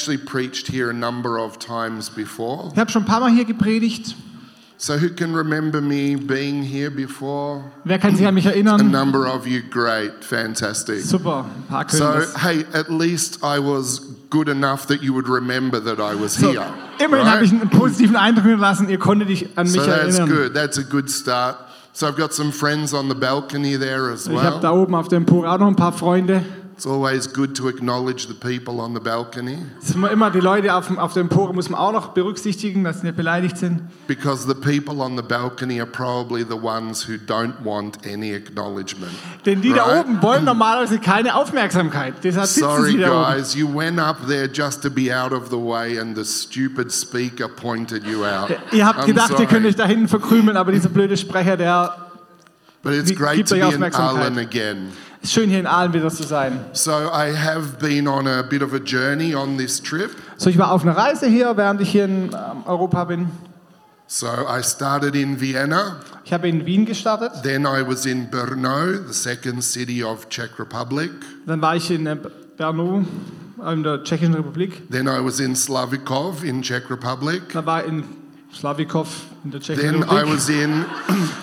actually preached here a number of times before. Ich habe schon ein paar Mal hier gepredigt. So who can remember me being here before? Wer kann sich an mich A erinnern? number of you, great, fantastic. Super, ein paar können So das. hey, at least I was good enough that you would remember that I was So, here. immerhin right? habe ich einen positiven Eindruck hinterlassen. Ihr konntet dich an mich So that's erinnern. good. That's a good start. So I've got some friends on the balcony there as Ich habe da well. oben auf der Empore auch noch ein paar Freunde. It's always good to acknowledge the people on the balcony Das sind wir immer die Leute auf, dem, auf der Empore muss man auch noch berücksichtigen, dass sie nicht beleidigt sind. because the people on the balcony are probably the ones who don't want any acknowledgement. Denn die da Right. oben wollen normalerweise keine Aufmerksamkeit. Deshalb sitzen Sorry, sie da oben. guys, you went up there just to be out of the way, and the stupid speaker pointed you out. Ihr habt I'm gedacht, ihr könnt sorry. euch da hinten verkrümeln, aber dieser blöde Sprecher, der But it's Wie- great gibt to be euch in Aufmerksamkeit. Arlen again. ist schön hier in Aalen wieder zu sein. So I have been on a bit of a journey on this trip. So, ich war auf einer Reise hier, während ich hier in ähm, Europa bin. So I started in Vienna, Ich habe in Wien gestartet, then I was in Brno, the second city of Czech Republic, dann war ich in äh, Brno äh, in der Tschechischen Republik, then I was in Slavikov in Czech Republic, dann war ich in Slavikov in der then Tschechischen I Republik, was in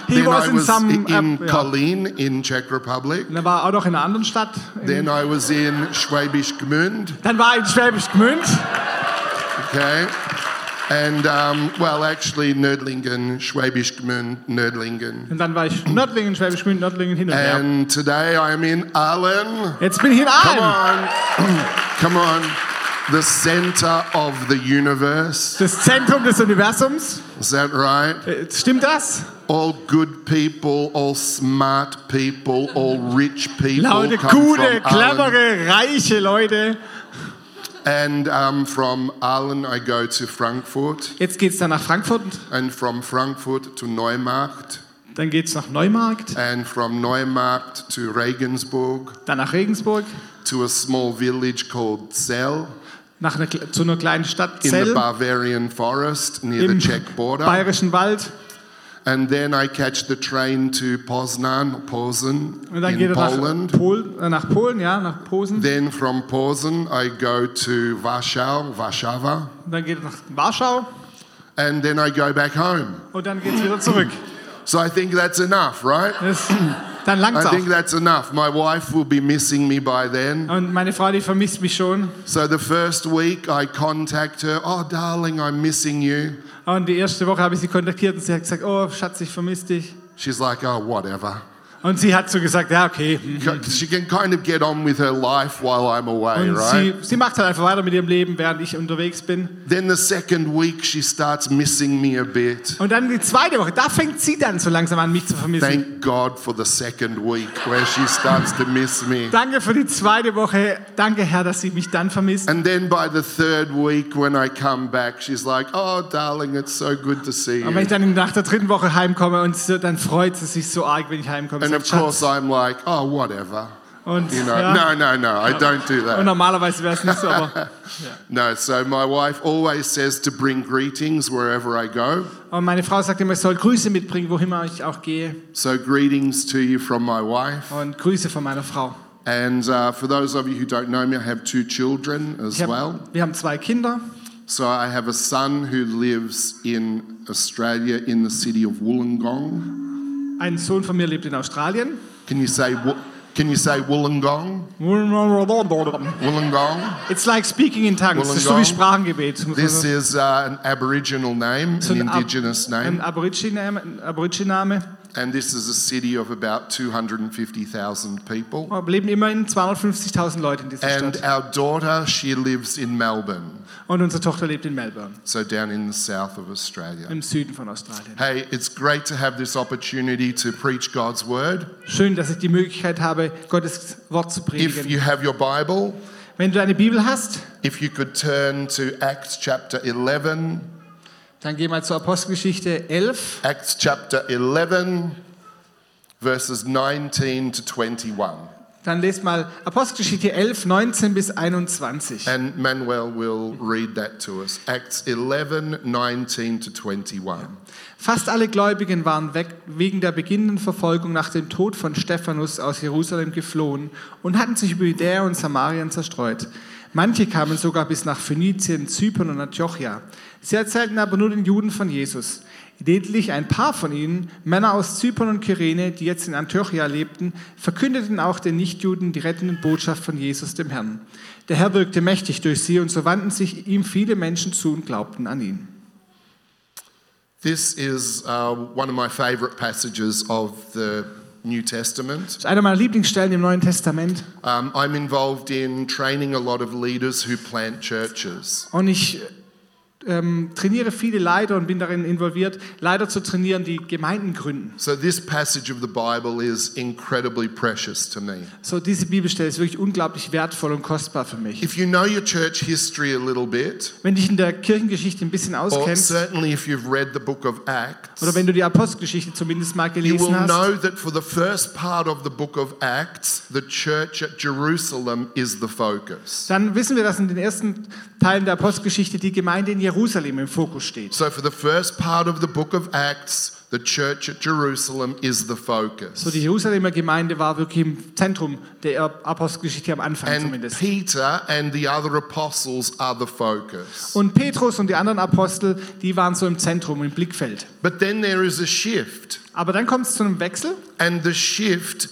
He then was I in was some, in uh, yeah. Kolín in Czech Republic, und dann war ich auch noch in einer anderen Stadt. In, then I was in Schwäbisch Gmünd. dann war ich in Schwäbisch Gmünd, Okay. And, um, well, actually, Nördlingen, Schwäbisch Gmünd, Nördlingen. und dann war ich in Nördlingen, Schwäbisch Gmünd, Nördlingen hin und her. And today I'm in Aalen. Jetzt bin ich in Come Aalen, on. Come on. The center of the universe. das Zentrum des Universums. Is that right? Äh, Stimmt das? All good people, all smart people, all rich people. Laute, come gute, from Aalen. clevere, reiche Leute. And um, from Aalen, I go to Frankfurt. Jetzt geht's dann nach Frankfurt, And from Frankfurt to Neumarkt. dann geht's nach Neumarkt, And from Neumarkt to Regensburg. dann nach Regensburg, to a small village called Zell nach einer, kle- zu einer kleinen Stadt in the Zell Bavarian forest near im the Czech border. Bayerischen Wald. and then I catch the train to Poznan, Posen Und dann geht in er Poland. nach Polen, äh, nach Polen, ja, nach Posen. Then from Posen I go to Warschau, Warszawa, Und dann geht er nach Warschau and then I go back home. und dann geht's wieder zurück. So I think that's enough, right? Das, dann langt's I think auch. that's enough. My wife will be missing me by then. Und meine Frau, die vermisst mich schon. So the first week I contact her, oh darling, I'm missing you. Und die erste Woche habe ich sie kontaktiert und sie hat gesagt, oh Schatz, ich vermisse dich. She's like, oh whatever. Und sie hat so gesagt, ja okay. hm. she can kind of get on with her life while I'm away, Und right? sie, sie macht halt einfach weiter mit ihrem Leben, während ich unterwegs bin. Then the second week, she starts missing me a bit. Und dann die zweite Woche, da fängt sie dann so langsam an, mich zu vermissen. Thank God for the second week where she starts to miss me. Danke für die zweite Woche. Danke, Herr, dass Sie mich dann vermisst. And then by the third week, when I come back, she's like, Oh, darling, it's so good to see Und wenn you. ich dann nach der dritten Woche heimkomme und so, dann freut sie sich so arg, wenn ich heimkomme. And Sie of sagt, course, I'm like, Oh, whatever. Schatz. und, You know, no, ja, no, no, I don't do und that. normalerweise wäre es nicht so, aber No, so my wife always says to bring greetings wherever I go. und meine Frau sagt immer, ich soll Grüße mitbringen, wohin ich auch gehe. So greetings to you from my wife. Und Grüße von meiner Frau. And uh, for those of you who don't know me, I have two children as Ich hab, well. Wir haben zwei Kinder. So I have a son who lives in Australia in the city of Wollongong. Ein Sohn von mir lebt in Australien. Can you say Wo- can you say Wollongong? Wollongong. It's like speaking in tongues. Das ist so wie Sprachengebet. This is uh, an Aboriginal name, So an ein Ab- indigenous Ein name, Aborigine- ein Aboriginame. and this is a city of about 250,000 people. Aber Oh, leben immerhin 250.000 Leute in dieser And Stadt. our daughter, she lives in Melbourne, Und unsere Tochter lebt in Melbourne, so down in the south of Australia. im Süden von Australien. Hey, it's great to have this opportunity to preach God's word. Schön, dass ich die Möglichkeit habe, Gottes Wort zu If predigen. you have your Bible, Wenn du eine Bibel hast, if you could turn to Acts chapter 11, dann geh mal zur Apostelgeschichte 11, Acts chapter 11, verses 19 to 21. dann lest mal Apostelgeschichte 11, 19 bis 21. And Manuel will read that to us. Acts 11, 19 to 21. Fast alle Gläubigen waren weg, wegen der beginnenden Verfolgung nach dem Tod von Stephanus aus Jerusalem geflohen und hatten sich über Judäa und Samarien zerstreut. Manche kamen sogar bis nach Phönizien, Zypern und Antiochia. Sie erzählten aber nur den Juden von Jesus. Lediglich ein paar von ihnen, Männer aus Zypern und Kyrene, die jetzt in Antiochia lebten, verkündeten auch den Nichtjuden die rettende Botschaft von Jesus dem Herrn. Der Herr wirkte mächtig durch sie und so wandten sich ihm viele Menschen zu und glaubten an ihn. This is uh, one of my favorite passages of the New Testament. Das ist einer meiner Lieblingsstellen im Neuen Testament. Um, I'm involved in training a lot of leaders who plant churches. Und ich ähm, trainiere viele Leiter und bin darin involviert, Leiter zu trainieren, die Gemeinden gründen. So, this passage of the Bible is incredibly precious to me. So, diese Bibelstelle ist wirklich unglaublich wertvoll und kostbar für mich. If you know your church history a little bit, Wenn dich in der Kirchengeschichte ein bisschen or auskennst, certainly if you've read the book of Acts, oder wenn du die Apostelgeschichte zumindest mal you will gelesen hast, know that for the first part of the book of Acts, the church at Jerusalem is the focus. dann wissen wir, dass in den ersten Teilen der Apostelgeschichte die Gemeinde in Jerusalem im Fokus steht. So, for the first part of the book of Acts, the church at Jerusalem is the focus. So, die Jerusalemer Gemeinde war wirklich im Zentrum der Apostelgeschichte am Anfang And zumindest. Peter and the other apostles are the focus. Und Petrus und die anderen Apostel, die waren so im Zentrum, im Blickfeld. But then there is a shift, Aber dann kommt es zu einem Wechsel and the shift,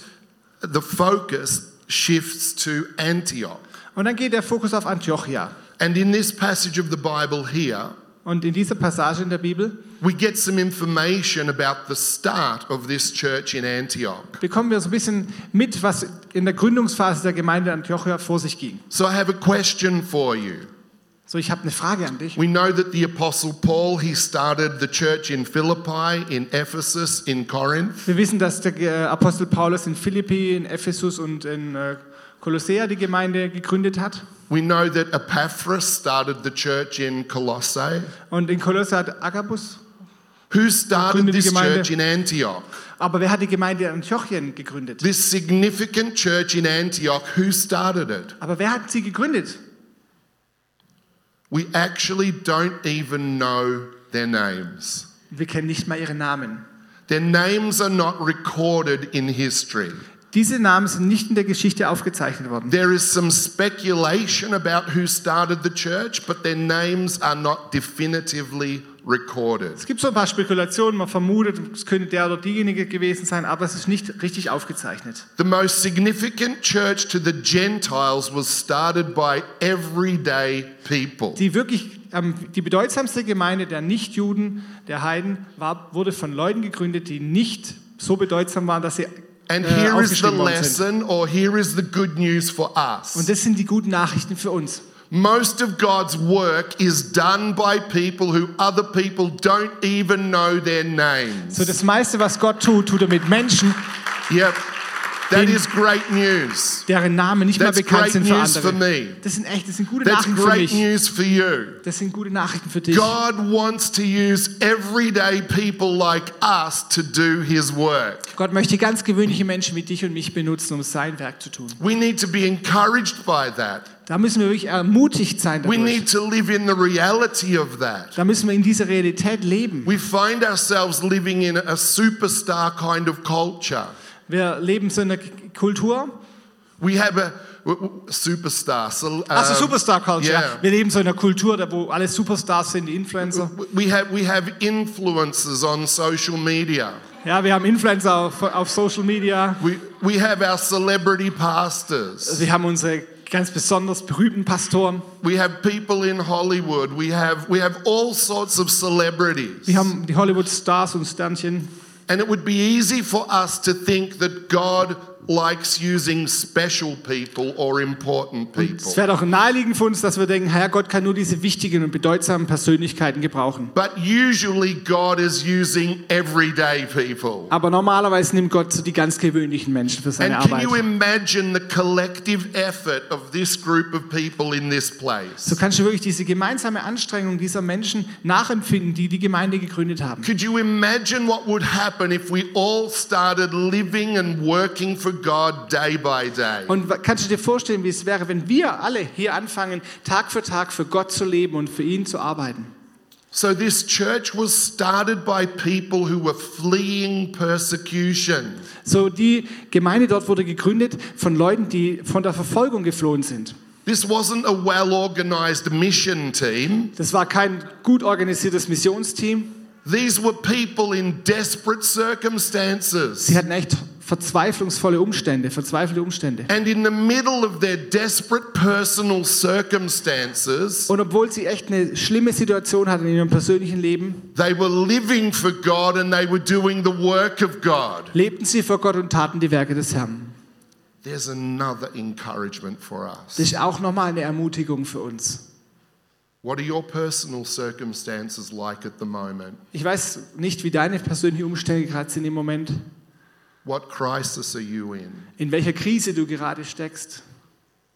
the focus shifts to Antioch. und dann geht der Fokus auf Antiochia. And in this passage of the Bible here, Und in dieser Passage in der Bibel we get some information about the start of this church in Antioch. bekommen wir so ein bisschen mit, was in der Gründungsphase der Gemeinde Antiochia vor sich ging. So I have a question for you. So, ich habe eine Frage an dich. We know that the apostle Paul he started the church in Philippi, in Ephesus, in Corinth. Wir wissen, dass der äh, Apostel Paulus in Philippi, in Ephesus und in äh, Kolossea die Gemeinde gegründet hat. We know that Epaphras started the church in Colossae. Und in Kolosse hat Agabus. Who started Gründet die this Gemeinde. church in Antioch? Aber wer hat die Gemeinde in Antiochien gegründet? This significant church in Antioch, who started it? Aber wer hat sie gegründet? We actually don't even know their names. Wir kennen nicht mal ihre Namen. Their names are not recorded in history. Diese Namen sind nicht in der Geschichte aufgezeichnet worden. There is some speculation about who started the church, but their names are not definitively recorded. Es gibt so ein paar Spekulationen, man vermutet, es könnte der oder diejenige gewesen sein, aber es ist nicht richtig aufgezeichnet. The most significant church to the Gentiles was started by everyday people. Die wirklich ähm, die bedeutsamste Gemeinde der Nichtjuden, der Heiden, war, wurde von Leuten gegründet, die nicht so bedeutsam waren, dass sie And äh, here is the aufgeschrieben worden sind. lesson, or here is the good news for Und us. das sind die guten Nachrichten für uns. Most of God's work is done by people who other people don't even know their names. So das meiste, was Gott tut, tut er mit Menschen, Yep. That Den- is great news. deren Namen nicht mehr That's bekannt great sind für news for andere. me. Das sind echt, das sind gute That's Nachrichten für great mich. news for you. Das sind gute Nachrichten für dich. God wants to use everyday people like us to do his work. Gott möchte ganz gewöhnliche Menschen wie dich und mich benutzen, um sein Werk zu tun. We need to be encouraged by that. Da müssen wir wirklich ermutigt sein We dadurch. need to live in the reality of that. Da müssen wir in dieser Realität leben. We find ourselves living in a superstar kind of culture. Wir leben so in einer Kultur, We have a w- w- superstar. So, also um, Superstar-Culture. yeah. Wir leben so in einer Kultur, da wo alle Superstars sind, die Influencer. W- We have we have influencers on social media. Ja, wir haben Influencer auf, auf Social Media. We we have our celebrity pastors. Wir haben unsere ganz besonders berühmten Pastoren. We have people in Hollywood. We have we have all sorts of celebrities. Wir haben die Hollywood-Stars und Sternchen. And it would be easy for us to think that God likes using special people or important people. Es wäre doch naheliegend für uns, dass wir denken, Herr Gott kann nur diese wichtigen und bedeutsamen Persönlichkeiten gebrauchen. But usually God is using everyday people. Aber normalerweise nimmt Gott so die ganz gewöhnlichen Menschen für And seine can Arbeit. you imagine the collective effort of this group of people in this place? So kannst du wirklich diese gemeinsame Anstrengung dieser Menschen nachempfinden, die die Gemeinde gegründet haben. Could you imagine what would happen if we all started living and working for God day by day? Und wa- kannst du dir vorstellen, wie es wäre, wenn wir alle hier anfangen, Tag für Tag für Gott zu leben und für ihn zu arbeiten? So, this church was started by people who were fleeing persecution. So, die Gemeinde dort wurde gegründet von Leuten, die von der Verfolgung geflohen sind. This wasn't a well organized mission team. Das war kein gut organisiertes Missionsteam. These were people in desperate circumstances. Sie hatten echt verzweiflungsvolle Umstände, verzweifelte Umstände. And in the middle of their desperate personal circumstances, Und obwohl sie echt eine schlimme Situation hatten in ihrem persönlichen Leben, they were living for God and they were doing the work of God. lebten sie vor Gott und taten die Werke des Herrn. There's another encouragement for us. Das ist auch nochmal eine Ermutigung für uns. What are your personal circumstances like at the moment? Ich weiß nicht, wie deine persönlichen Umstände gerade sind im Moment, What crisis are you in? in welcher Krise du gerade steckst,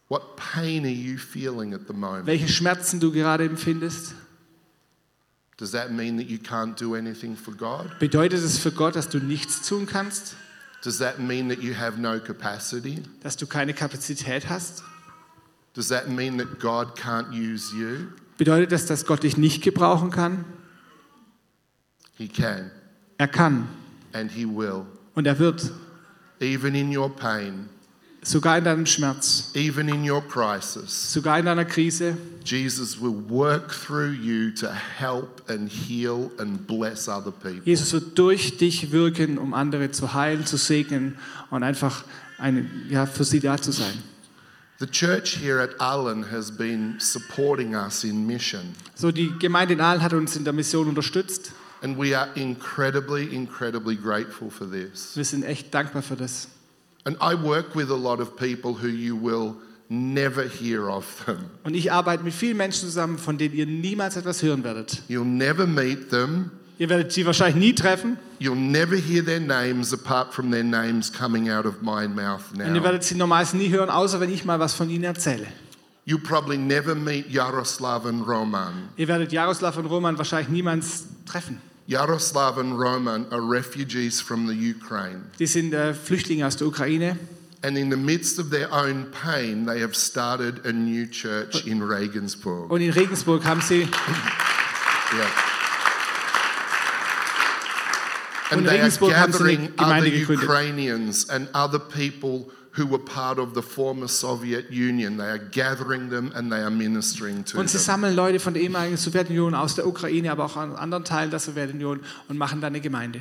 What pain are you feeling at the moment? welche Schmerzen du gerade empfindest. Does that mean that you can't do anything for God? Bedeutet es für Gott, dass du nichts tun kannst, Does that mean that you have no capacity? dass du keine Kapazität hast? Does that mean that God can't use you? Bedeutet das, dass Gott dich nicht gebrauchen kann? He can, Er kann and He will. und er wird, Even in your pain, sogar in deinem Schmerz, even in your crisis, sogar in deiner Krise. Jesus will work through you to help and heal and bless other people. Jesus wird durch dich wirken, um andere zu heilen, zu segnen und einfach eine, ja, für sie da zu sein. The church here at Allen has been supporting us in mission, So, die Gemeinde in Aalen hat uns in der Mission unterstützt. and we are incredibly, incredibly grateful for this. Wir sind echt dankbar für das. And I work with a lot of people who you will never hear of them. Und ich arbeite mit vielen Menschen zusammen, von denen ihr niemals etwas hören werdet. You'll never meet them. Ihr werdet sie wahrscheinlich nie treffen You'll never hear their names apart from their names coming out of my mouth und ihr now. werdet sie normalerweise nie hören, außer wenn ich mal was von ihnen erzähle. You'll probably never meet Yaroslav and Roman. Ihr werdet Jaroslav und Roman wahrscheinlich niemals treffen. Yaroslav and Roman are refugees from the Ukraine. Die sind äh, Flüchtlinge aus der Ukraine And in the midst of their own pain, they have started a new church in Regensburg. und in Regensburg haben sie Yeah. And Und they are Regensburg haben sie eine gathering Gemeinde other gegründet. Ukrainians and other people who were part of the former Soviet Union. They are gathering them and they are ministering to Und sie them. sammeln Leute von der ehemaligen Sowjetunion, aus der Ukraine, aber auch an anderen Teilen der Sowjetunion und machen da eine Gemeinde.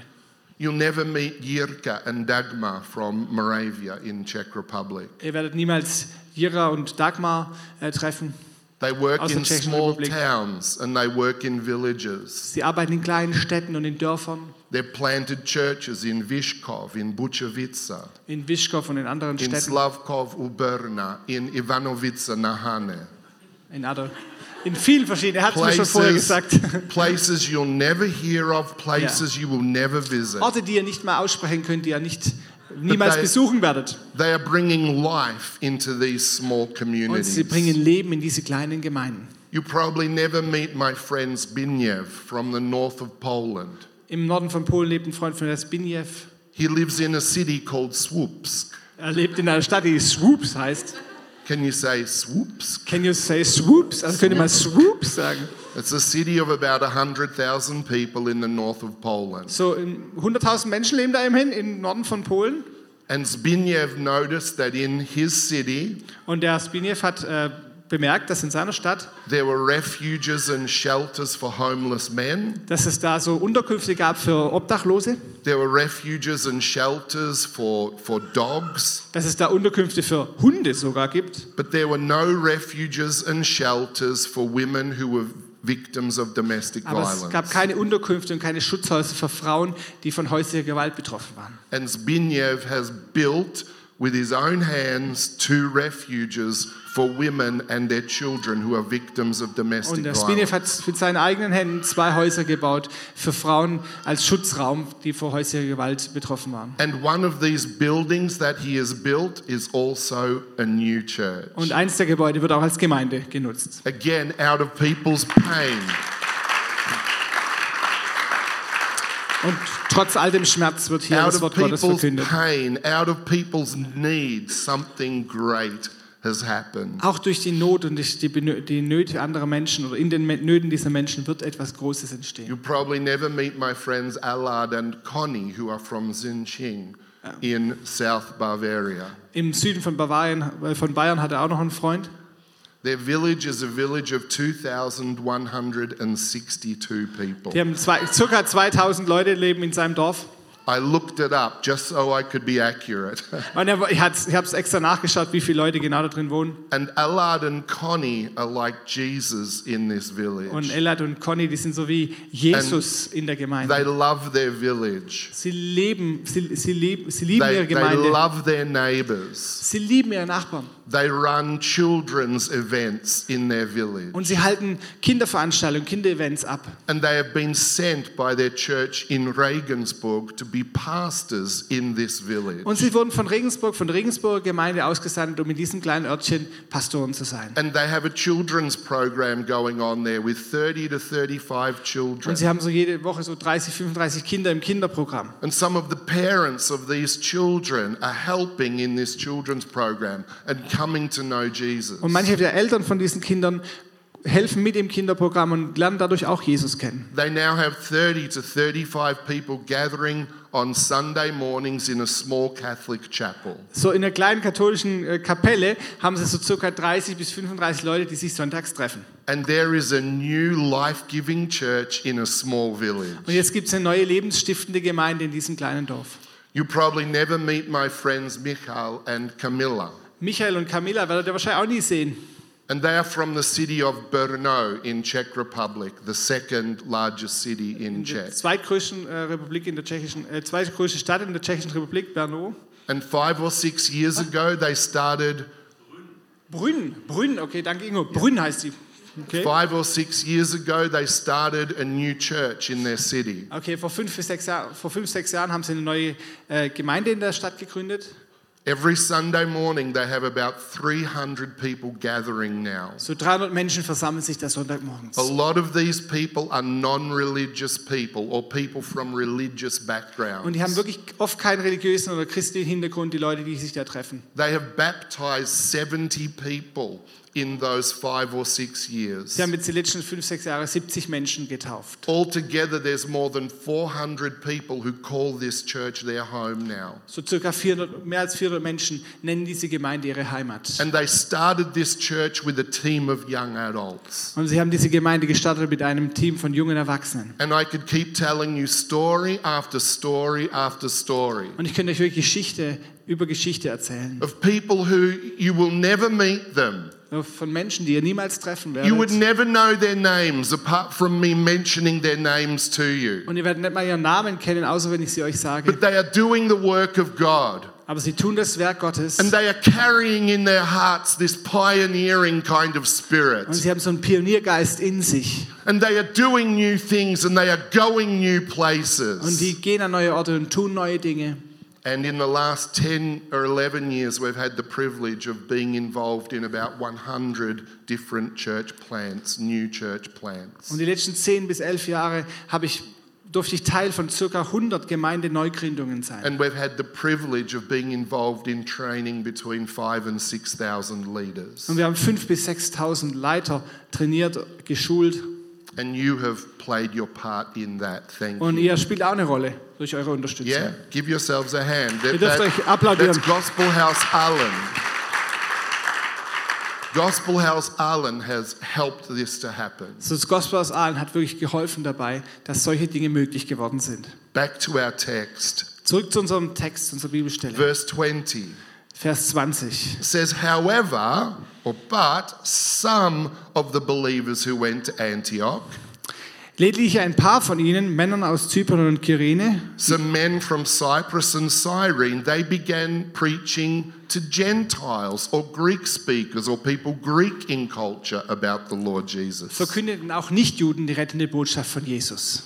You'll never meet Yirka and Dagmar from Moravia in Czech Republic. Ihr werdet niemals Jira und Dagmar äh, treffen. They work Aus der in Tschechischen small Republik. towns and they work in villages. Sie arbeiten in kleinen Städten und in Dörfern, They've planted churches in Vishkov, in Buchovica, in Wischkow und in anderen in Städten, Slavkov Uberna, in Ivanovica Nahane. in, other, in vielen verschiedenen. Er hat es mir schon vorher places, gesagt. places you'll never hear of, places you will never visit. Orte, die ihr nicht mal aussprechen könnt, die ihr nicht, But niemals they- besuchen werdet. They are bringing life into these small Und sie bringen communities. Leben in diese kleinen Gemeinden. You probably never meet my friend Zbigniew from the north of Poland. Im Norden von Polen lebt ein Freund von der Spinjew. He lives in a city called Swoopsk. Er lebt in einer Stadt, die Swoops heißt. Can you say Swoopsk? Can you say swoops? Also könnt ihr mal swoops sagen. It's a city of about 100,000 people in the north of Poland. So, ähm, 100.000 Menschen leben da immerhin im Norden von Polen. And Zbigniew noticed that in his city Und der Spiniew hat äh, bemerkt, dass in seiner Stadt, there were refuges and shelters for homeless men, dass es da so Unterkünfte gab für Obdachlose, there were refuges and shelters for, for dogs, dass es da Unterkünfte für Hunde sogar gibt. but there were no refuges and shelters for women who were victims of domestic Aber es gab violence. keine Unterkünfte und keine Schutzhäuser für Frauen, die von häuslicher Gewalt betroffen waren. And Zbigniew has built with his own hands two refuges for women and their children who are victims of Und domestic der violence. Spiniew hat mit seinen eigenen Händen zwei Häuser gebaut für Frauen als Schutzraum, die vor häuslicher Gewalt betroffen waren. And one of these buildings that he has built is also a new church. Und eins der Gebäude wird auch als Gemeinde genutzt. Again, out of people's pain. Und trotz all dem Schmerz wird hier out das of Wort Gottes people's verkündet. pain, out of people's need, something great has happened. Auch durch die Not und durch die, Benö- die Nöte anderer Menschen oder in den Me- Nöten dieser Menschen wird etwas Großes entstehen. You'll probably never meet my friends Allard and Connie, who are from Xinjiang in South Bavaria. Im Süden von, Bavarien, äh, von Bayern hat er auch noch einen Freund. Their village is a village of 2,162 people. Die haben zwei, circa 2000 Leute leben in seinem Dorf. I looked it up just so I could be accurate. Und er, ich habe es extra nachgeschaut, wie viele Leute genau da drin wohnen. and Allard and Connie are like Jesus in this village. Und Elad und Conny, die sind so wie Jesus in der Gemeinde. they love their village. Sie leben, sie, sie, leben, sie lieben They, ihre they Gemeinde. love their neighbors. Sie lieben ihre Nachbarn. They run children's events in their village. Und sie halten Kinderveranstaltungen, Kinderevents ab. And they have been sent by their church in Regensburg to be pastors in this village. Und sie wurden von Regensburg, von der Regensburger Gemeinde ausgesandt, um in diesem kleinen Örtchen Pastoren zu sein. And they have a children's program going on there with 30 to 35 children. Und sie haben so jede Woche so 30, 35 Kinder im Kinderprogramm. And some of the parents of these children are helping in this children's program and coming to know Jesus. Und manche der Eltern von diesen Kindern helfen mit im Kinderprogramm und lernen dadurch auch Jesus kennen. They now have 30 to 35 people gathering on Sunday mornings in a small Catholic chapel. So in der kleinen katholischen äh, Kapelle haben sie so circa 30 bis 35 Leute, die sich sonntags treffen. And there is a new life giving church in a small village. Und jetzt gibt es eine neue lebensstiftende Gemeinde in diesem kleinen Dorf. You probably never meet my friends Michal and Camilla. Michael und Camilla werdet ihr wahrscheinlich auch nie sehen. And they are from the city of Brno in Czech Republic, the second largest city in Czech. Zweitgrößten äh, Republik in der tschechischen, äh, zweitgrößte Stadt in der tschechischen Republik, Brno. And five or six years ago, they started. Brünn, Brünn, okay, danke Ingo. Brünn heißt sie. Okay. Five or six years ago, they started a new church in their city. Okay, vor fünf, bis sechs Jahr, vor fünf, sechs Jahren haben sie eine neue äh, Gemeinde in der Stadt gegründet. Every Sunday morning, they have about 300 people gathering now. So 300 Menschen versammeln sich da Sonntagmorgens. A lot of these people are non religious people or people from religious Und die backgrounds. haben wirklich oft keinen religiösen oder christlichen Hintergrund, die Leute, die sich da treffen. They have baptized 70 people in those five or six years. Sie haben jetzt die letzten fünf, sechs Jahre 70 Menschen getauft. Altogether, there's more than 400 people who call this church their home now. So circa 400, mehr als 400 Menschen nennen diese Gemeinde ihre Heimat. And they started this church with a team of young adults. Und sie haben diese Gemeinde gestartet mit einem Team von jungen Erwachsenen. And I could keep telling you story after story after story Und ich könnte euch wirklich Geschichte über Geschichte erzählen. of people who you will never meet them. Von Menschen, die ihr niemals treffen You would werdet. never know their names apart from me mentioning their names to you. Und ihr werdet nicht mal ihren Namen kennen, außer wenn ich sie euch sage. But they are doing the work of God. Aber sie tun das Werk Gottes. And Und they are carrying in their hearts this pioneering kind of spirit. sie haben so einen Pioniergeist in sich. And they are doing new things and they are going new Und places. die gehen an neue Orte und tun neue Dinge. And in the last 10 or 11 years, we've had the privilege of being involved in about 100 different church plants, new church plants. Und die letzten 10 bis 11 Jahre habe ich, durfte ich Teil von circa 100 Gemeindeneugründungen sein. And we've had the privilege of being involved in training between five and 6,000 leaders. Und wir haben 5.000 bis 6.000 Leiter trainiert, geschult. And you have played your part in that. Thank Und you. ihr spielt auch eine Rolle durch eure Unterstützung. Yeah, give yourselves a hand. Ihr dürft euch applaudieren. that's Gospel House Allen. Gospel House Allen has helped this to happen. So das Gospel aus Aalen hat wirklich geholfen dabei, dass solche Dinge möglich geworden sind. Back to our text, Zurück zu unserem Text, zu unserer Bibelstelle. verse 20. Vers 20. It says, however, or but some of the believers who went to Antioch, Lediglich ein paar von ihnen, Männern aus Zypern und Kyrene, some men from Cyprus and Cyrene, they began preaching to Gentiles or Greek speakers or people Greek in culture about the Lord Jesus. verkündeten auch Nichtjuden die rettende Botschaft von Jesus.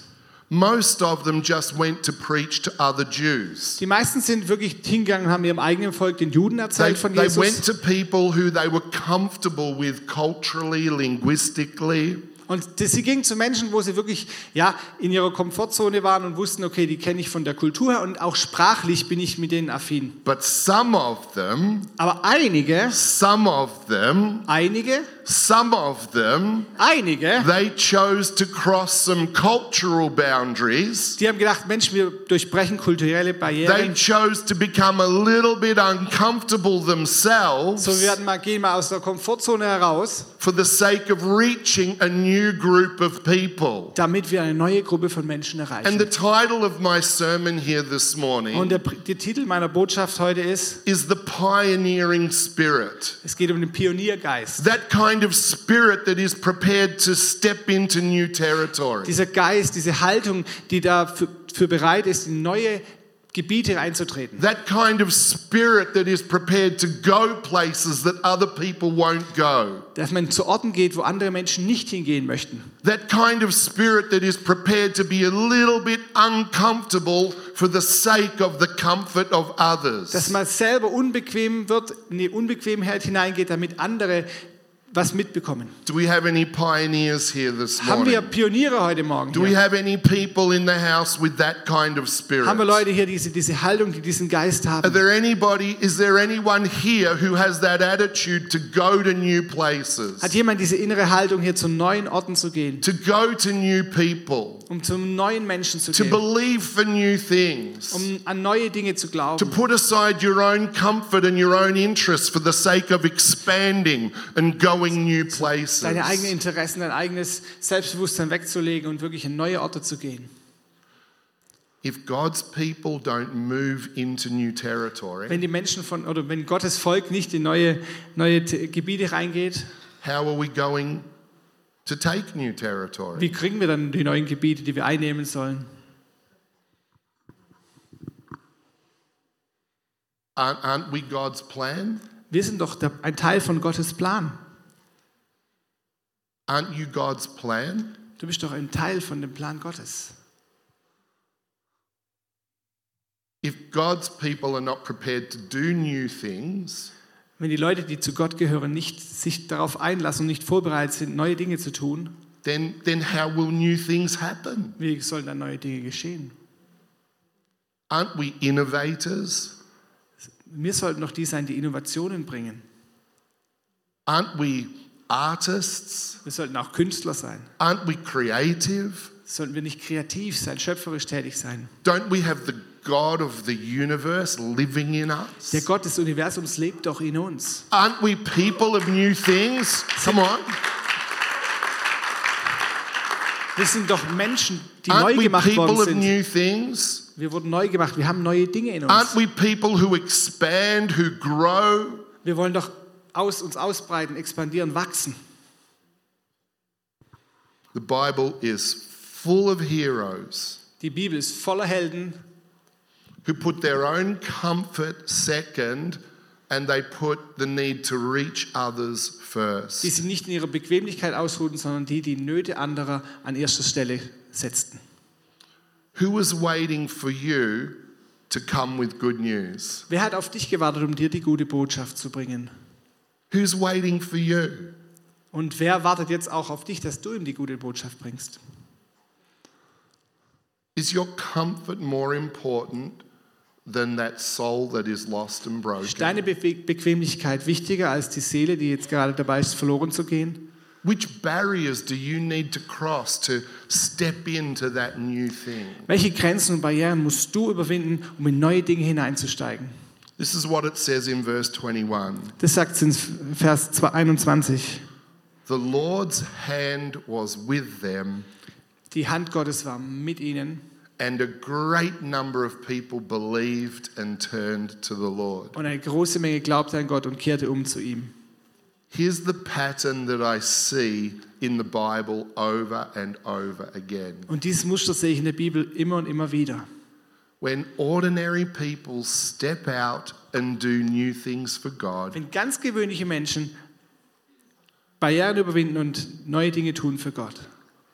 Most of them just went to preach to other Jews. Die meisten sind wirklich hingegangen und haben ihrem eigenen Volk, den Juden, They, erzählt von they went Jesus. to people who they were comfortable with culturally, linguistically. Und das- sie gingen zu Menschen, wo sie wirklich ja, in ihrer Komfortzone waren und wussten, okay, die kenne ich von der Kultur her und auch sprachlich bin ich mit denen affin. But some of them, Aber einige, some of them einige Some of them, Einige, they chose to cross some cultural boundaries. die haben gedacht, Mensch, wir durchbrechen kulturelle They Barrieren. chose to become a little bit uncomfortable themselves So, wir werden mal, gehen mal aus der Komfortzone heraus, for the sake of reaching a new group of people. damit wir eine neue Gruppe von Menschen And the erreichen. title of my sermon here this Und morning der, der Titel meiner Botschaft heute ist, is The Pioneering Spirit. es geht um den Pioniergeist. That kind of spirit that is prepared to step into new territory. Dieser Geist, diese Haltung, die dafür für bereit ist, in neue Gebiete einzutreten. That kind of spirit that is prepared to go places that other people won't go. Dass man zu Orten geht, wo andere Menschen nicht hingehen möchten. That kind of spirit that is prepared to be a little bit uncomfortable for the sake of the comfort of Dass others. man selber unbequem wird, in die Unbequemheit hineingeht, damit andere was mitbekommen. Do we have any pioneers here this Haben wir morning? Pioniere heute Morgen? Do we Hier? have any people in the house with that kind of Haben wir spirit? Leute hier, diese, diese Haltung, die diesen Geist Are haben? there anybody, is there anyone here who has that attitude to go to new places? Hat jemand diese innere Haltung, hier zu neuen Orten zu gehen? to go to new people, Um zum neuen Menschen zu to gehen? believe for new things, Um an neue Dinge zu to glauben? put aside your own comfort and your own interests for the sake of expanding and going new Deine eigenen places. Interessen, dein eigenes Selbstbewusstsein wegzulegen und wirklich in neue Orte zu gehen. If God's people don't move into new territory, Wenn die Menschen von, oder wenn Gottes Volk nicht in neue, neue T- Gebiete reingeht, how are we going to take new territory? wie kriegen wir dann die neuen Gebiete, die wir einnehmen sollen? Aren't, aren't we God's plan? Wir sind doch der, ein Teil von Gottes Plan. Aren't you God's plan? Du bist doch ein Teil von dem Plan Gottes. If God's people are not prepared to do new things, Wenn die Leute, die zu Gott gehören, nicht sich darauf einlassen und nicht vorbereitet sind, neue Dinge zu tun, then, then how will new things happen? wie sollen dann neue Dinge geschehen? Aren't we innovators? Wir sollten doch die sein, die Innovationen bringen. Aren't we artists? Wir sollten auch Künstler sein. Aren't we creative? Sollten wir nicht kreativ sein, schöpferisch tätig sein? Don't we have the God of the universe living in Der us? Gott des Universums lebt doch in uns. Aren't we people of new things? Come on. Wir sind doch Menschen, die neu Aren't we gemacht people of worden sind. new things? Wir wurden neu gemacht. Wir haben neue Dinge in Aren't uns. we people who expand, who grow? Wir wollen doch aus uns ausbreiten, expandieren, wachsen. The Bible is full of heroes Die Bibel ist voller Helden, who put their own comfort second and they put the need to reach others die first. sich nicht in ihrer Bequemlichkeit ausruhten, sondern die die Nöte anderer an erster Stelle setzten. Who was waiting for you to come with good news? Wer hat auf dich gewartet, um dir die gute Botschaft zu bringen? Who's waiting for you? Und wer wartet jetzt auch auf dich, dass du ihm die gute Botschaft bringst? Is your comfort more important than that soul that is lost and Ist broken? deine Be Bequemlichkeit wichtiger als die Seele, die jetzt gerade dabei ist, verloren zu gehen? Which barriers do you need to cross to step into that new thing? Welche Grenzen und Barrieren musst du überwinden, um in neue Dinge hineinzusteigen? This is what it says in verse 21. Das sagt es in Vers 21. The Lord's hand was with them, Die Hand Gottes war mit ihnen and a great number of people believed and turned to the Lord. und eine große Menge glaubte an Gott und kehrte um zu ihm. Here's the pattern that I see in the Bible over and over again. Und dieses Muster sehe ich in der Bibel immer und immer wieder. When ordinary people step out and do new things for God, Wenn ganz gewöhnliche Menschen Barrieren überwinden und neue Dinge tun für Gott,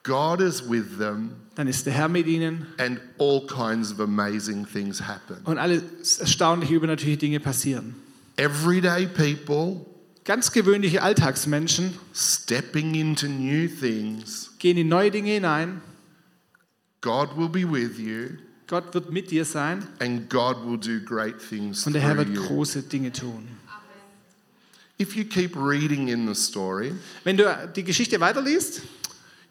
God is with them, dann ist der Herr mit ihnen and all kinds of amazing things happen. und alle erstaunliche übernatürliche Dinge passieren. Everyday people Ganz gewöhnliche Alltagsmenschen stepping into new things. gehen in neue Dinge hinein. God will be with you. Gott wird mit dir sein and God will do great things und der Herr through wird you. große Dinge tun. If you keep reading in the story, Wenn du die Geschichte weiterliest,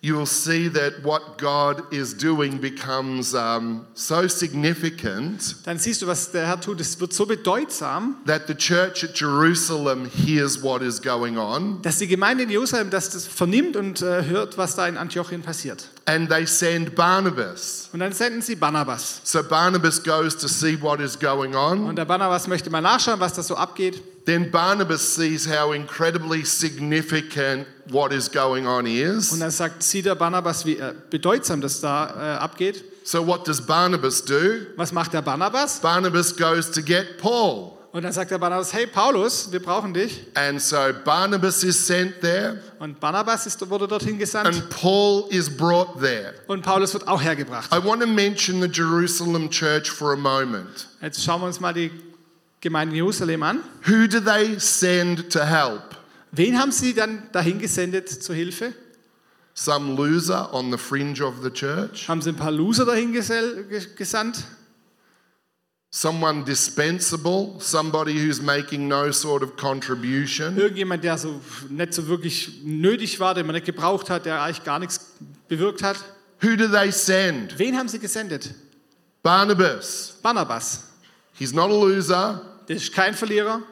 you will see that what God is doing becomes um, so significant dann siehst du, was der Herr tut. Es wird so bedeutsam, that the church at Jerusalem hears what is going on dass die Gemeinde in Jerusalem das, das vernimmt und äh, hört, was da in Antiochien passiert. and they send Barnabas. Und dann senden sie Barnabas. So Barnabas goes to see what is going on. Und der Barnabas möchte mal nachschauen, was da so abgeht. Then Barnabas sees how incredibly significant what is going on Und is. dann sagt, sieht der Barnabas, wie äh, bedeutsam das da äh, abgeht. So what does Barnabas do? Was macht der Barnabas? Barnabas goes to get Paul. Und dann sagt der Barnabas, hey Paulus, wir brauchen dich. And so Barnabas is sent there Und Barnabas ist, wurde dorthin gesandt. and Paul is brought there. Und Paulus wird auch hergebracht. I want to mention the Jerusalem church for a moment. Jetzt schauen wir uns mal die Gemeinde Jerusalem an. Who do they send to help? Wen haben sie dann dahin gesendet zur Hilfe? Some loser on the fringe of the church? Haben sie ein paar Loser dahin gesell- ge- gesandt? Someone dispensable? Somebody who's making no sort of contribution? Irgendjemand, der so nicht so wirklich nötig war, den man nicht gebraucht hat, der eigentlich gar nichts bewirkt hat. Who do they send? Wen haben sie gesendet? Barnabas. Barnabas. He's not a loser. Das ist kein Verlierer.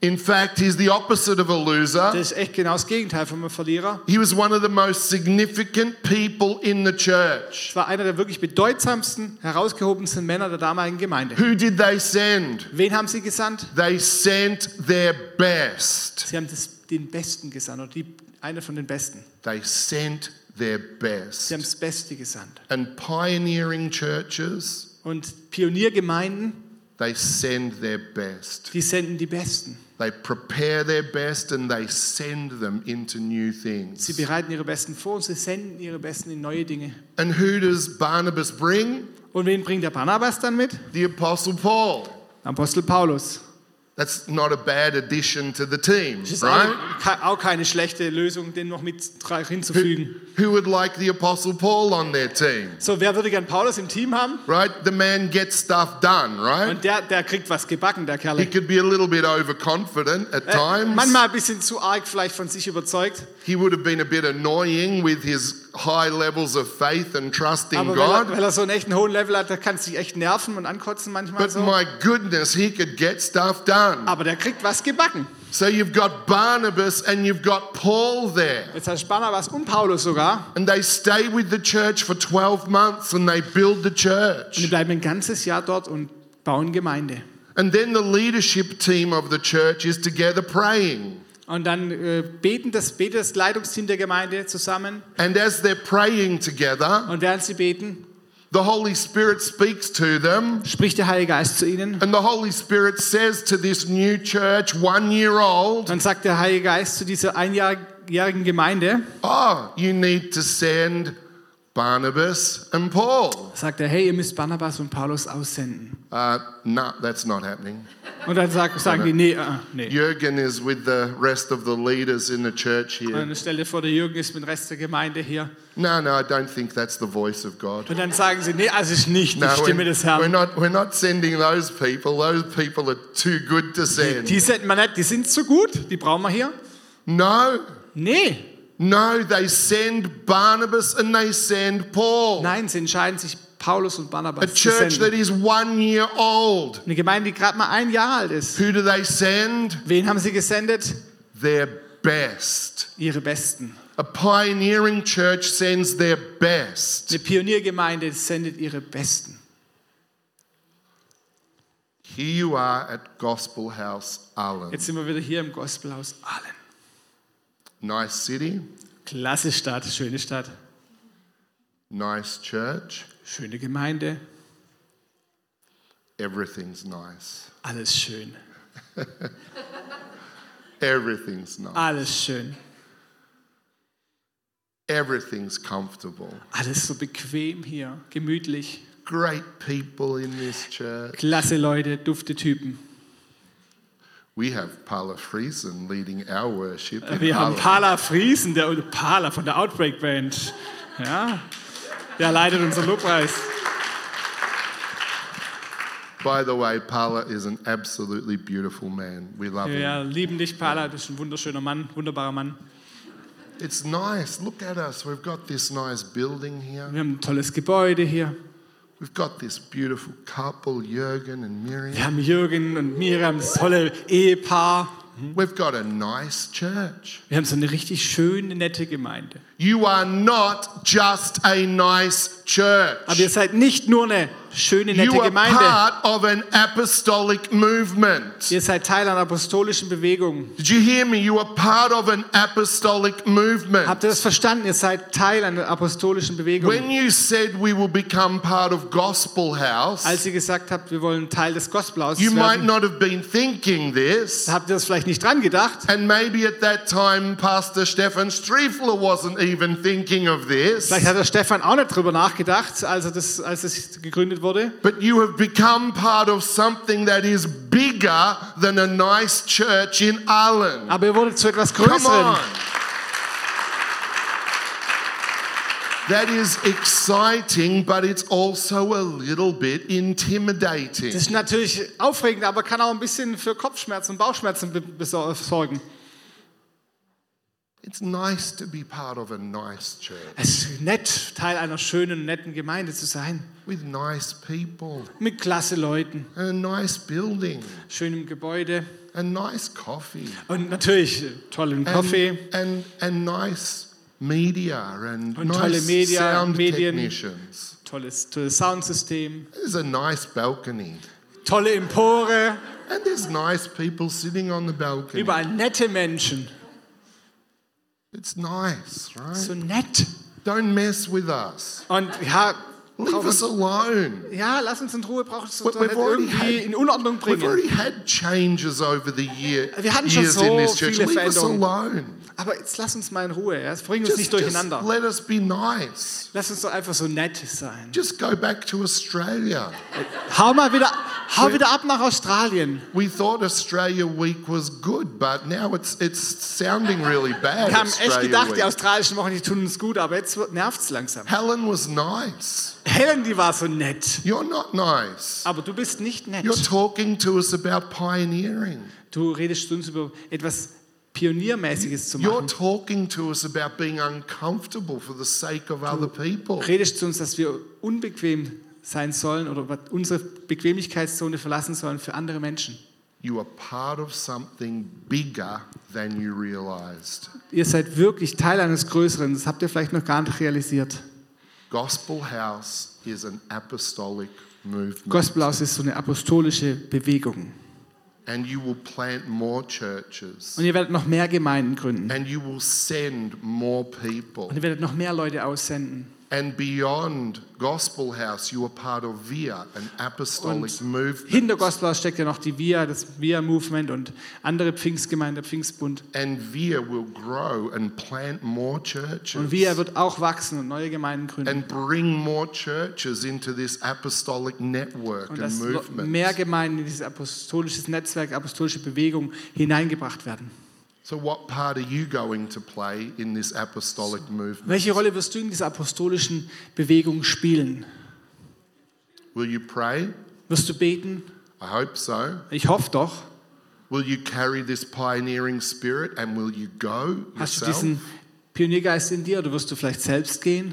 In fact, he's the opposite of a loser. Das ist echt genau das Gegenteil von einem Verlierer. He was one of the most significant people in the church. Es war einer der wirklich bedeutsamsten, herausgehobensten Männer der damaligen Gemeinde. Who did they send? Wen haben sie gesandt? They sent their best. Sie haben das, den Besten gesandt oder die, eine von den Besten. They sent their Sie haben best. das Beste gesandt. And pioneering churches, Und Pioniergemeinden, they send their best. die senden die Besten. They prepare their best and they send them into new Sie things. bereiten ihre Besten vor und sie senden ihre Besten in neue Dinge. And who does Barnabas bring? Und wen bringt der Barnabas dann mit? The Apostle Paul. Apostel Paulus. That's not a bad addition to the team, Das ist right? auch, ke- auch keine schlechte Lösung, den noch mit drei hinzufügen. Who would like the Apostle Paul on their team, So, wer würde gern Paulus im Team haben? right? The man gets stuff done, right? Und der, der kriegt was gebacken, der He Kerl. Äh, could be a little bit overconfident Eh, at times. Manchmal ein bisschen zu arg vielleicht von sich überzeugt. He would have been a bit annoying with his high levels of faith and trust in Aber weil er, God. weil er so einen echten hohen Level hat, da kann es sich echt nerven und ankotzen manchmal But so. my goodness, he could get stuff done. Aber der kriegt was gebacken. So you've got Barnabas and you've got Paul there. Jetzt hat Barnabas und Paulus sogar. And they stay with the church for 12 months and they build the Die church. bleiben ein ganzes Jahr dort und bauen Gemeinde. And then the leadership team of the church is together praying. Und dann äh, beten das, betet das Leitungsteam der Gemeinde zusammen. And as they're praying together, Und während sie beten, the Holy Spirit speaks to them. spricht der Heilige Geist zu ihnen. And the Holy Spirit says to this new church, one year old, Dann sagt der Heilige Geist zu dieser einjährigen Gemeinde, Oh, you need to send Barnabas and Paul. sagt er, hey, ihr müsst Barnabas und Paulus aussenden. Uh, no, that's not happening. Und dann sag, sagen die, nee, äh, nee. Jurgen is with the rest of the leaders in the church here. Und stell dir vor, der Jürgen ist mit dem Rest der Gemeinde hier. No, no, I don't think that's the voice of God. Und dann sagen sie, nee, also ist nicht die No, Stimme we're, des we're Herrn. not, we're not sending those people. Those people are too good to send. Die sind wir nicht, die sind so gut, die brauchen wir hier. No, Nee, no, they send Barnabas and they send Paul. nein, sie entscheiden sich, Paulus und A Barnabas zu church that senden. is one year old. Eine Gemeinde, die gerade mal ein Jahr alt ist. Who do they send? Wen haben sie gesendet? Their best. Ihre Besten. A pioneering church sends their best. Eine Pioniergemeinde sendet ihre Besten. Here you are at Gospel House Arlen. Jetzt sind wir wieder hier im Gospelhaus Aalen. Nice city, Klasse Stadt, schöne Stadt, nice church, schöne Gemeinde, everything's nice. alles schön, Everything's nice. alles schön, Everything's comfortable. alles so bequem hier, gemütlich. Great people in this church. Klasse Leute, dufte Typen. We have Paula Friesen leading our worship. in Wir haben Arlen. Pala Friesen, der Pala von der Outbreak Band. Ja, der leitet unseren Lobpreis. By the way, Pala is an absolutely beautiful man. We love Wir him. ja, lieben dich, Paula, du bist ein wunderschöner Mann, wunderbarer Mann. It's nice. Look at us. We've got this nice building here. Wir haben ein tolles Gebäude hier. We've got this beautiful couple, Jürgen and Miriam. Wir haben Jürgen und Miriam, das tolle Ehepaar. We've got a nice church. Wir haben so eine richtig schöne, nette Gemeinde. You are not just a nice Aber ihr church. seid nicht nur eine schöne, nette You are Gemeinde. part of an apostolic movement. Ihr seid Teil einer apostolischen Bewegung. Did you hear me? You are part of an apostolic Habt movement. ihr das verstanden? Ihr seid Teil einer apostolischen Bewegung. When you said we will become part of Gospel Als House, ihr gesagt habt, wir wollen Teil des Gospelhauses you might werden, not have been thinking this. habt ihr das vielleicht nicht dran gedacht. And maybe at that time, Pastor Stefan Striefler wasn't even thinking of this. Vielleicht hat der Stefan auch nicht drüber nachgedacht, als, er das, als es gegründet wurde. But you have become part of something that is bigger than a nice church in Ireland. Aber ihr wurdet zu etwas Come Größerem. on. That is exciting, but it's also a little bit intimidating. Das ist natürlich aufregend, aber kann auch ein bisschen für Kopfschmerzen und Bauchschmerzen be- besor- sorgen. It's nice to be part of a nice church Es ist nett, Teil einer schönen, netten Gemeinde zu sein. with nice people, Mit klasse Leuten, and a nice building, schönem Gebäude and nice coffee. und natürlich äh, tollen Kaffee And, and, and nice media and, Und tolle nice Media, sound Medien. technicians. tolles, tolles Soundsystem, There's a nice balcony. tolle Empore, And there's nice people sitting on the balcony. überall nette Menschen. It's nice, right? So nett. Don't mess with us. Und ja, Leave us alone. ja lass uns in Ruhe, braucht es We've uns doch nicht already irgendwie had- in Unordnung We've bringen. already had changes over the year, Wir hatten schon years so in this church. viele Leave us Veränderungen. alone. Aber jetzt lass uns mal in Ruhe, ja? jetzt bringen wir uns Just, nicht just durcheinander. let us be nice. Lass uns doch einfach so nett sein. Just go back to Australia. Hau mal wieder, hau wieder ab nach Australien. We thought Australia Week was good, but now it's it's sounding really bad. Wir haben echt Australia gedacht, Week. die australischen Wochen, die tun uns gut, aber jetzt nervt's langsam. Helen was nice. Helen, die war so nett. You're not nice. Aber du bist nicht nett. You're talking to us about pioneering. Du redest zu uns über etwas Pioniermäßiges zu You're machen. talking to us about being uncomfortable for the sake of other people. Redest zu uns, dass wir unbequem sein sollen oder über unsere Bequemlichkeitszone verlassen sollen für andere Menschen. You are part of something bigger than you realized. Ihr seid wirklich Teil eines Größeren. Das habt ihr vielleicht noch gar nicht realisiert. Gospel House is an apostolic movement, Gospelhaus ist so eine apostolische Bewegung. and you will plant more churches. Und ihr werdet noch mehr Gemeinden gründen. and you will send more people. Und ihr werdet noch mehr Leute aussenden. And beyond Gospel House, you are part of VIA, an apostolic movement. Hinter Gospelhaus steckt ja noch die VIA, das VIA-Movement und andere Pfingstgemeinden, der Pfingstbund. And VIA will grow and plant more Und churches VIA wird auch wachsen und neue Gemeinden gründen. and bring more churches into this apostolic network Und and dass lo- mehr movement. Gemeinden in dieses apostolische Netzwerk, apostolische Bewegung hineingebracht werden. So, what part are you going to play in this apostolic movement? Welche Rolle wirst du in dieser apostolischen Bewegung spielen? Will you pray? Wirst du beten? I hope so. Ich hoffe doch. Will you carry this pioneering spirit and will you go Hast du yourself? diesen Pioniergeist in dir oder wirst du vielleicht selbst gehen?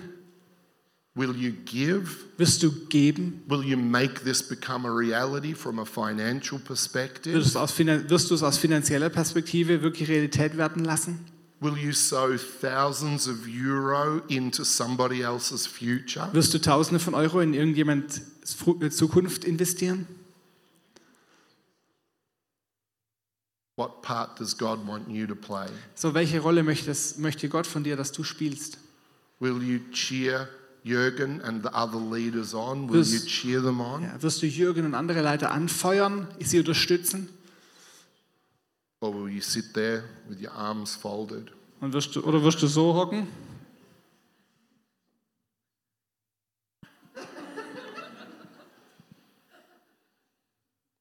Will you give? Wirst du geben? Will you make this become a reality from a financial perspective? Wirst du, aus, finan- wirst du es aus finanzieller Perspektive wirklich Realität werden lassen? Will you sow thousands of euro into somebody else's future? Wirst du Tausende von Euro in irgendjemand Fru- äh, Zukunft investieren? What part does God want you to play? So, welche Rolle möchtest, möchte Gott von dir, dass du spielst? Will you cheer Jürgen and the other leaders on? Will you Wirst- cheer them on? Ja, wirst du Jürgen und andere Leiter anfeuern, sie unterstützen? Or will you sit there with your arms folded? Und wirst du, oder wirst du so hocken?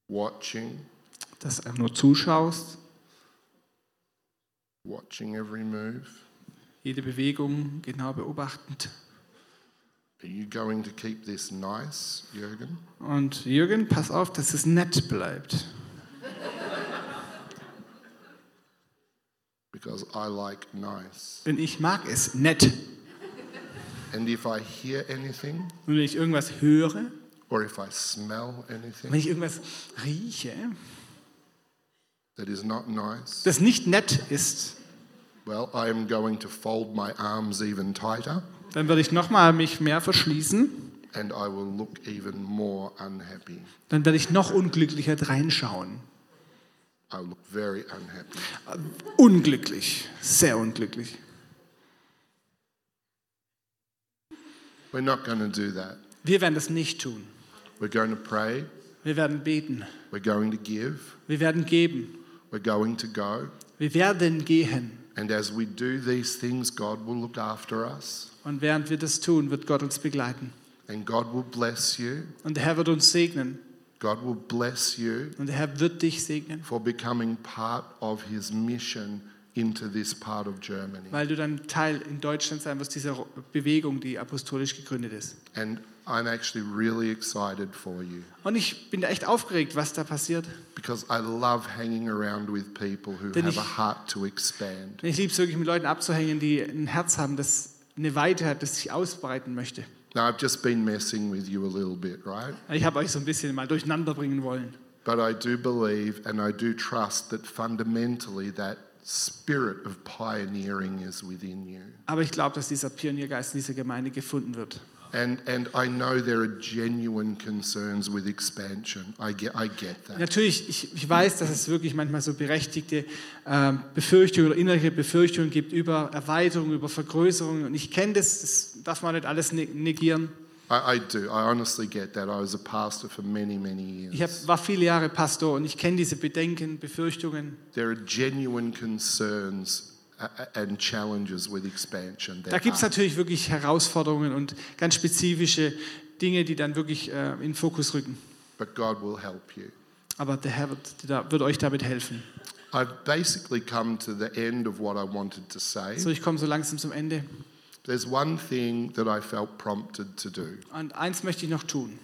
Watching, Dass du einfach nur zuschaust, watching every move. jede Bewegung genau beobachtend. Are you going to keep this nice, Jürgen? Und Jürgen, pass auf, dass es nett bleibt. Because I like nice. Denn ich mag es nett. And if I hear anything Und wenn ich irgendwas höre, or if I smell wenn anything ich irgendwas rieche, that is not nice, das nicht nett ist, well, I am going to fold my arms even tighter dann werde ich nochmal mich mehr verschließen. and I will look even more unhappy. Dann werde ich noch unglücklicher dreinschauen. I look very unhappy. Unglücklich. Sehr unglücklich. We're not going to do that. Wir werden das nicht tun. We're going to pray. Wir werden beten. We're going to give. Wir werden geben. We're going to go. Wir werden gehen. And as we do these things, God will look after us Und während wir das tun, wird Gott uns begleiten. and God will bless you. Und der Herr wird uns segnen. God will bless you Und der Herr wird dich segnen, for becoming part of his mission into this part of Germany. weil du dann Teil in Deutschland sein wirst, dieser Bewegung, die apostolisch gegründet ist. And I'm actually really excited for you Und ich bin da echt aufgeregt, was da passiert. because I love hanging around with people who Denn have a ich- heart to expand. Ich liebe es wirklich, mit Leuten abzuhängen, die ein Herz haben, das eine Weite hat, das sich ausbreiten möchte. Now, I've just been messing with you a little bit, right? Ich habe euch so ein bisschen mal durcheinander bringen wollen. But I do believe and I do trust that fundamentally that spirit of pioneering is within you. Aber ich glaube, dass dieser Pioniergeist in dieser Gemeinde gefunden wird. And, and I know there are genuine concerns with expansion. I get, I get that. Natürlich, ich, ich weiß, dass es wirklich manchmal so berechtigte ähm, Befürchtungen oder innerliche Befürchtungen gibt über Erweiterung, über Vergrößerung. Und ich kenne das, das darf man nicht alles ne- negieren. I, I do. I honestly get that. I was a pastor for many, many Ich years. hab, war viele Jahre Pastor und ich kenne diese Bedenken, Befürchtungen. There are genuine concerns uh, uh, and challenges with expansion. There Da gibt es are. natürlich wirklich Herausforderungen und ganz spezifische Dinge, die dann wirklich äh, in den Fokus rücken. But God will help you. Aber der Herr wird, da- wird euch damit helfen. I've basically come to the end of what I wanted to say. So, ich komme so langsam zum Ende. There's one thing that I felt prompted to do. Und eins möchte ich noch tun.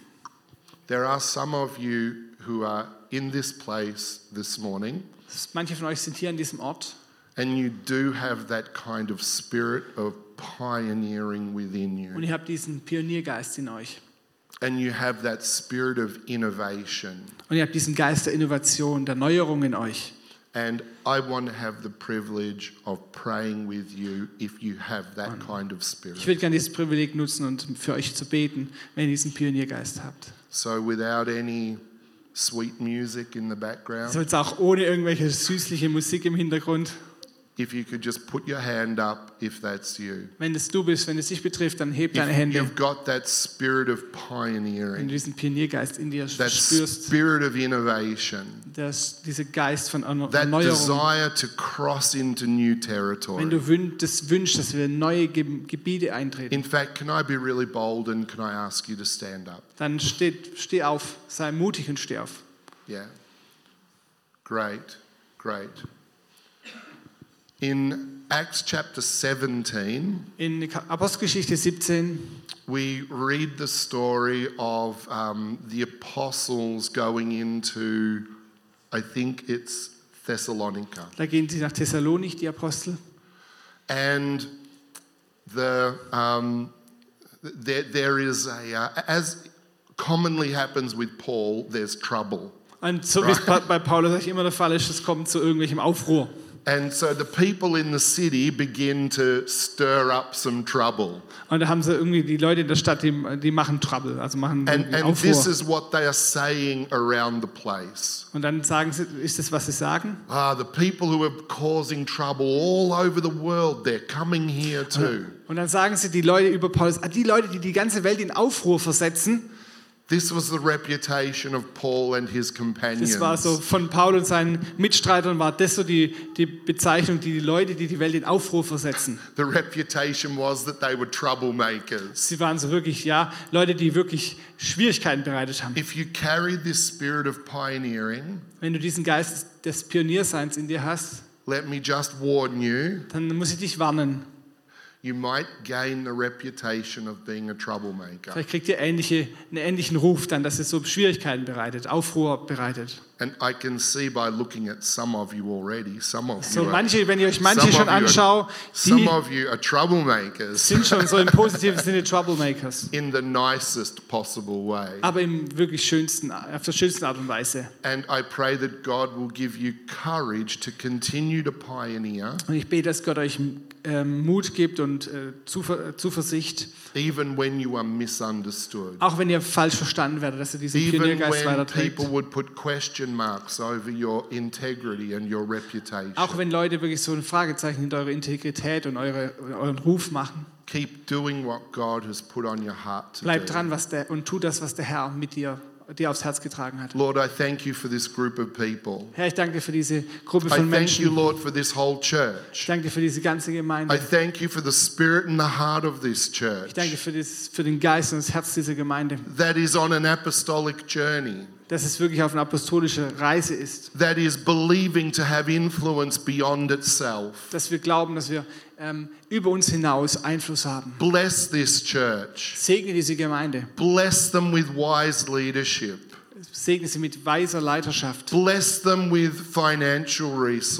There are some of you who are in this place this morning, Manche von euch sind hier an diesem Ort and you do have that kind of spirit of pioneering within und you, ihr habt diesen Pioniergeist in euch. and you have that spirit of innovation. Und ihr habt diesen Geist der Innovation, der Neuerung in euch. And I want to have the privilege of praying with you if you have that kind of Ich spirit. würde gerne dieses Privileg nutzen und für euch zu beten, wenn ihr diesen Pioniergeist habt. So, without any sweet music in the Also background, jetzt auch ohne irgendwelche süßliche Musik im Hintergrund. if you could just put your hand up if that's you. Wenn es du bist, wenn es dich betrifft, dann heb deine If Hände. you've got that spirit of Wenn du pioneering, diesen Pioniergeist in dir that spürst, spirit of innovation, das, dieser Geist von Erneu- that Erneuerung, desire to cross into new wenn territory. du wün das wünschst, dass wir in neue Ge Gebiete eintreten, In fact, can I be really bold and can I ask you to stand up? dann steht, steh auf, sei mutig und steh auf. Yeah. Great, great. In Acts chapter 17, In Ka- Apostelgeschichte 17 we read the story of um, the apostles going into, I think it's Thessalonica. Da gehen sie nach Thessalonik, die Apostel. and the um, there, there is a uh, as commonly happens with Paul, there's trouble, Und so wie es pa- bei Paulus eigentlich immer der Fall ist, es kommt zu irgendwelchem Aufruhr. and so the people in the city begin to stir up some trouble, Und da haben sie irgendwie die Leute in der Stadt, die, die machen Trouble, also machen and irgendwie and this Aufruhr. is what they are saying around the place. Und dann sagen sie, ist das, was sie sagen? Ah, the people who are causing trouble all over the world, they're coming here too. Und dann sagen sie die Leute über Paulus, ah, die Leute, die die ganze Welt in Aufruhr versetzen, This was the reputation of Paul and his companions. das war so von Paul und seinen Mitstreitern, war das so die, die Bezeichnung, die die Leute, die die Welt in Aufruhr versetzen. The reputation was that they were troublemakers. Sie waren so wirklich, ja, Leute, die wirklich Schwierigkeiten bereitet haben. If you carry this spirit of pioneering, Wenn du diesen Geist des Pionierseins in dir hast, let me just warn you, dann muss ich dich warnen. you might gain the reputation of being a troublemaker. Vielleicht kriegt ihr ähnliche, einen ähnlichen Ruf dann, dass es so Schwierigkeiten bereitet, Aufruhr bereitet. And I can see by looking at some of you already, some of So you, are- manche, wenn ihr euch some manche of schon you are- anschaue, some die of you are troublemakers sind schon so im positiven Sinne Troublemakers. in the nicest possible way. Aber im wirklich schönsten, auf der schönsten Art und Weise. And I pray that God will give you courage to continue to pioneer, Und ich bete, dass Gott euch ähm, Mut gibt und äh, Zuver äh, Zuversicht, even when you are misunderstood, auch wenn ihr falsch verstanden werdet, dass ihr diesen even Pioniergeist when weiterträgt. people would put question marks over your integrity and your reputation. Auch wenn Leute wirklich so ein Fragezeichen hinter eure Integrität und eure, euren Ruf machen. Keep doing what God has put on your heart to Bleib do. dran was der, und tu das, was der Herr mit dir, dir aufs Herz getragen hat. Lord, I thank you for this group of people. Herr, ich danke dir für diese Gruppe I von thank you, Menschen. Lord, for this whole Ich church. danke dir für diese ganze I Gemeinde. thank you for the spirit and the heart of this Ich church danke dir für, das, für den Geist und das Herz dieser Gemeinde, that is on an apostolic journey, dass es wirklich auf eine apostolische Reise ist. that is believing to have influence beyond itself. Dass wir glauben, dass wir ähm, über uns hinaus Einfluss haben. Bless this church. Segne diese Gemeinde. Bless them with wise leadership. Segne sie mit weiser Leiterschaft. Bless them with financial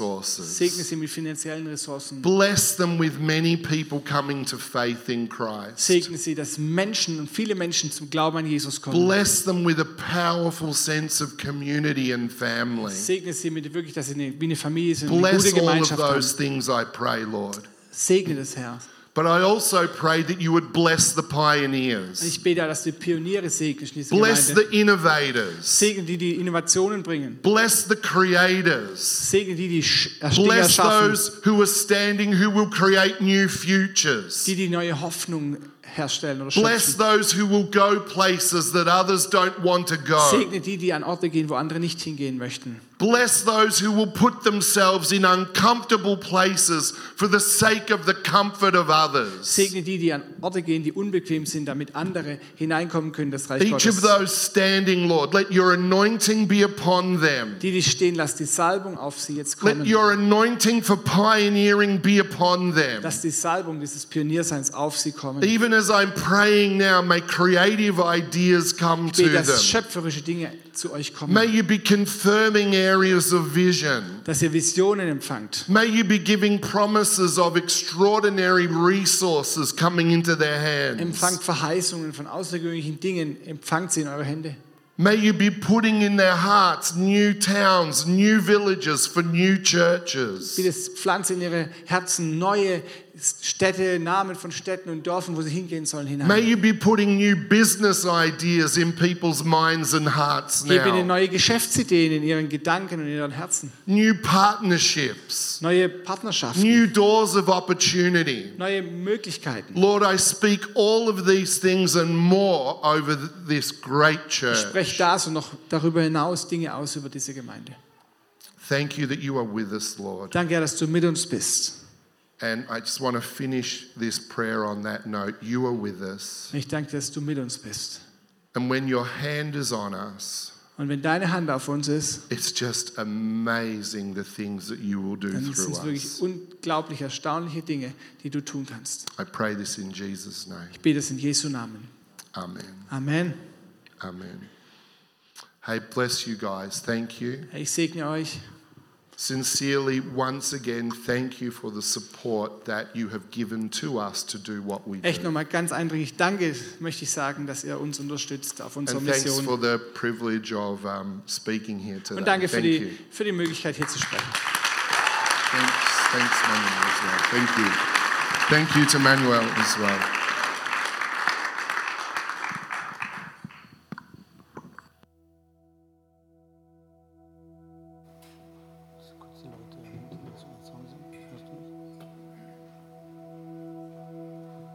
Segne resources. sie mit finanziellen Ressourcen. Bless them with many people coming to faith in Christ. Segne sie, dass Menschen und viele Menschen zum Glauben an Jesus kommen. Bless them with a powerful sense of community and family. Segne sie mit wirklich, dass sie eine, wie eine Familie sind, eine gute Bless all of Gemeinschaft haben. those things, I pray, Lord. Segne das Herr. But I also pray that you would bless the Und pioneers, ich bete, auch, dass du Pioniere segnest in dieser bless Gemeinde. the innovators, Segne die, die Innovationen bringen. bless the creators, Segne die, die Sch- äh, Dinge bless erschaffen. those who are standing who will create new futures. Die, die neue Hoffnung herstellen oder Bless schöpfen. those who will go places that others don't want to go. Segne die, die an Orte gehen, wo andere nicht hingehen möchten. Bless those who will put themselves in uncomfortable places for the sake of the comfort of others. Segne die, die an Orte gehen, die unbequem sind, damit andere hineinkommen können, in das Reich Each of Gottes. those standing, Lord, let your anointing be upon them. Die, die stehen, lass die Salbung auf sie jetzt kommen. Let your anointing for pioneering be upon them. dass die Salbung dieses Pionierseins auf sie kommen. Ich Even as I'm praying now, may creative ideas come to bete, dass them. schöpferische Dinge zu euch kommen, May you be confirming areas of vision. dass ihr Visionen empfangt, May you be giving promises of extraordinary resources coming into their hands. empfangt Verheißungen von außergewöhnlichen Dingen, empfangt sie in eure Hände. May you be putting in their hearts new towns, new villages for new churches. Bitte pflanzt in ihre Herzen neue Städte, Namen von Städten und Dörfern, wo sie hingehen sollen, May hinein. you be putting new business ideas in people's minds and hearts Gebt ihnen now. neue Geschäftsideen in ihren Gedanken und in ihren Herzen, New partnerships, neue Partnerschaften, new doors of opportunity. neue Möglichkeiten. Lord, I speak all of these things and more over th- this great Ich church. spreche das und noch darüber hinaus Dinge aus über diese Gemeinde. Thank you that you are with us, Lord. Danke, Herr, dass du mit uns bist. And I just want to finish this prayer on that note. You are with us. Ich danke, dir, dass du mit uns bist. And when your hand is on us, Und wenn deine Hand auf uns ist, it's just amazing the things that you will do dann sind through es wirklich us. unglaublich erstaunliche Dinge, die du tun kannst. I pray this in Jesus' name. Ich bete es in Jesu Namen. Amen. Amen. Amen. Hey, bless you guys. Thank you. Herr, Ich segne euch. Sincerely, once again, thank you for the support that you have given to us to do what we Echt do. nochmal ganz eindringlich Danke möchte ich sagen, dass ihr uns unterstützt auf unserer And thanks Mission. for the privilege of um, speaking here today. Und danke für Thank die, you. für die Möglichkeit, hier zu sprechen. Thanks, thanks, Manuel, as well. Thank you. Thank you to Manuel as well.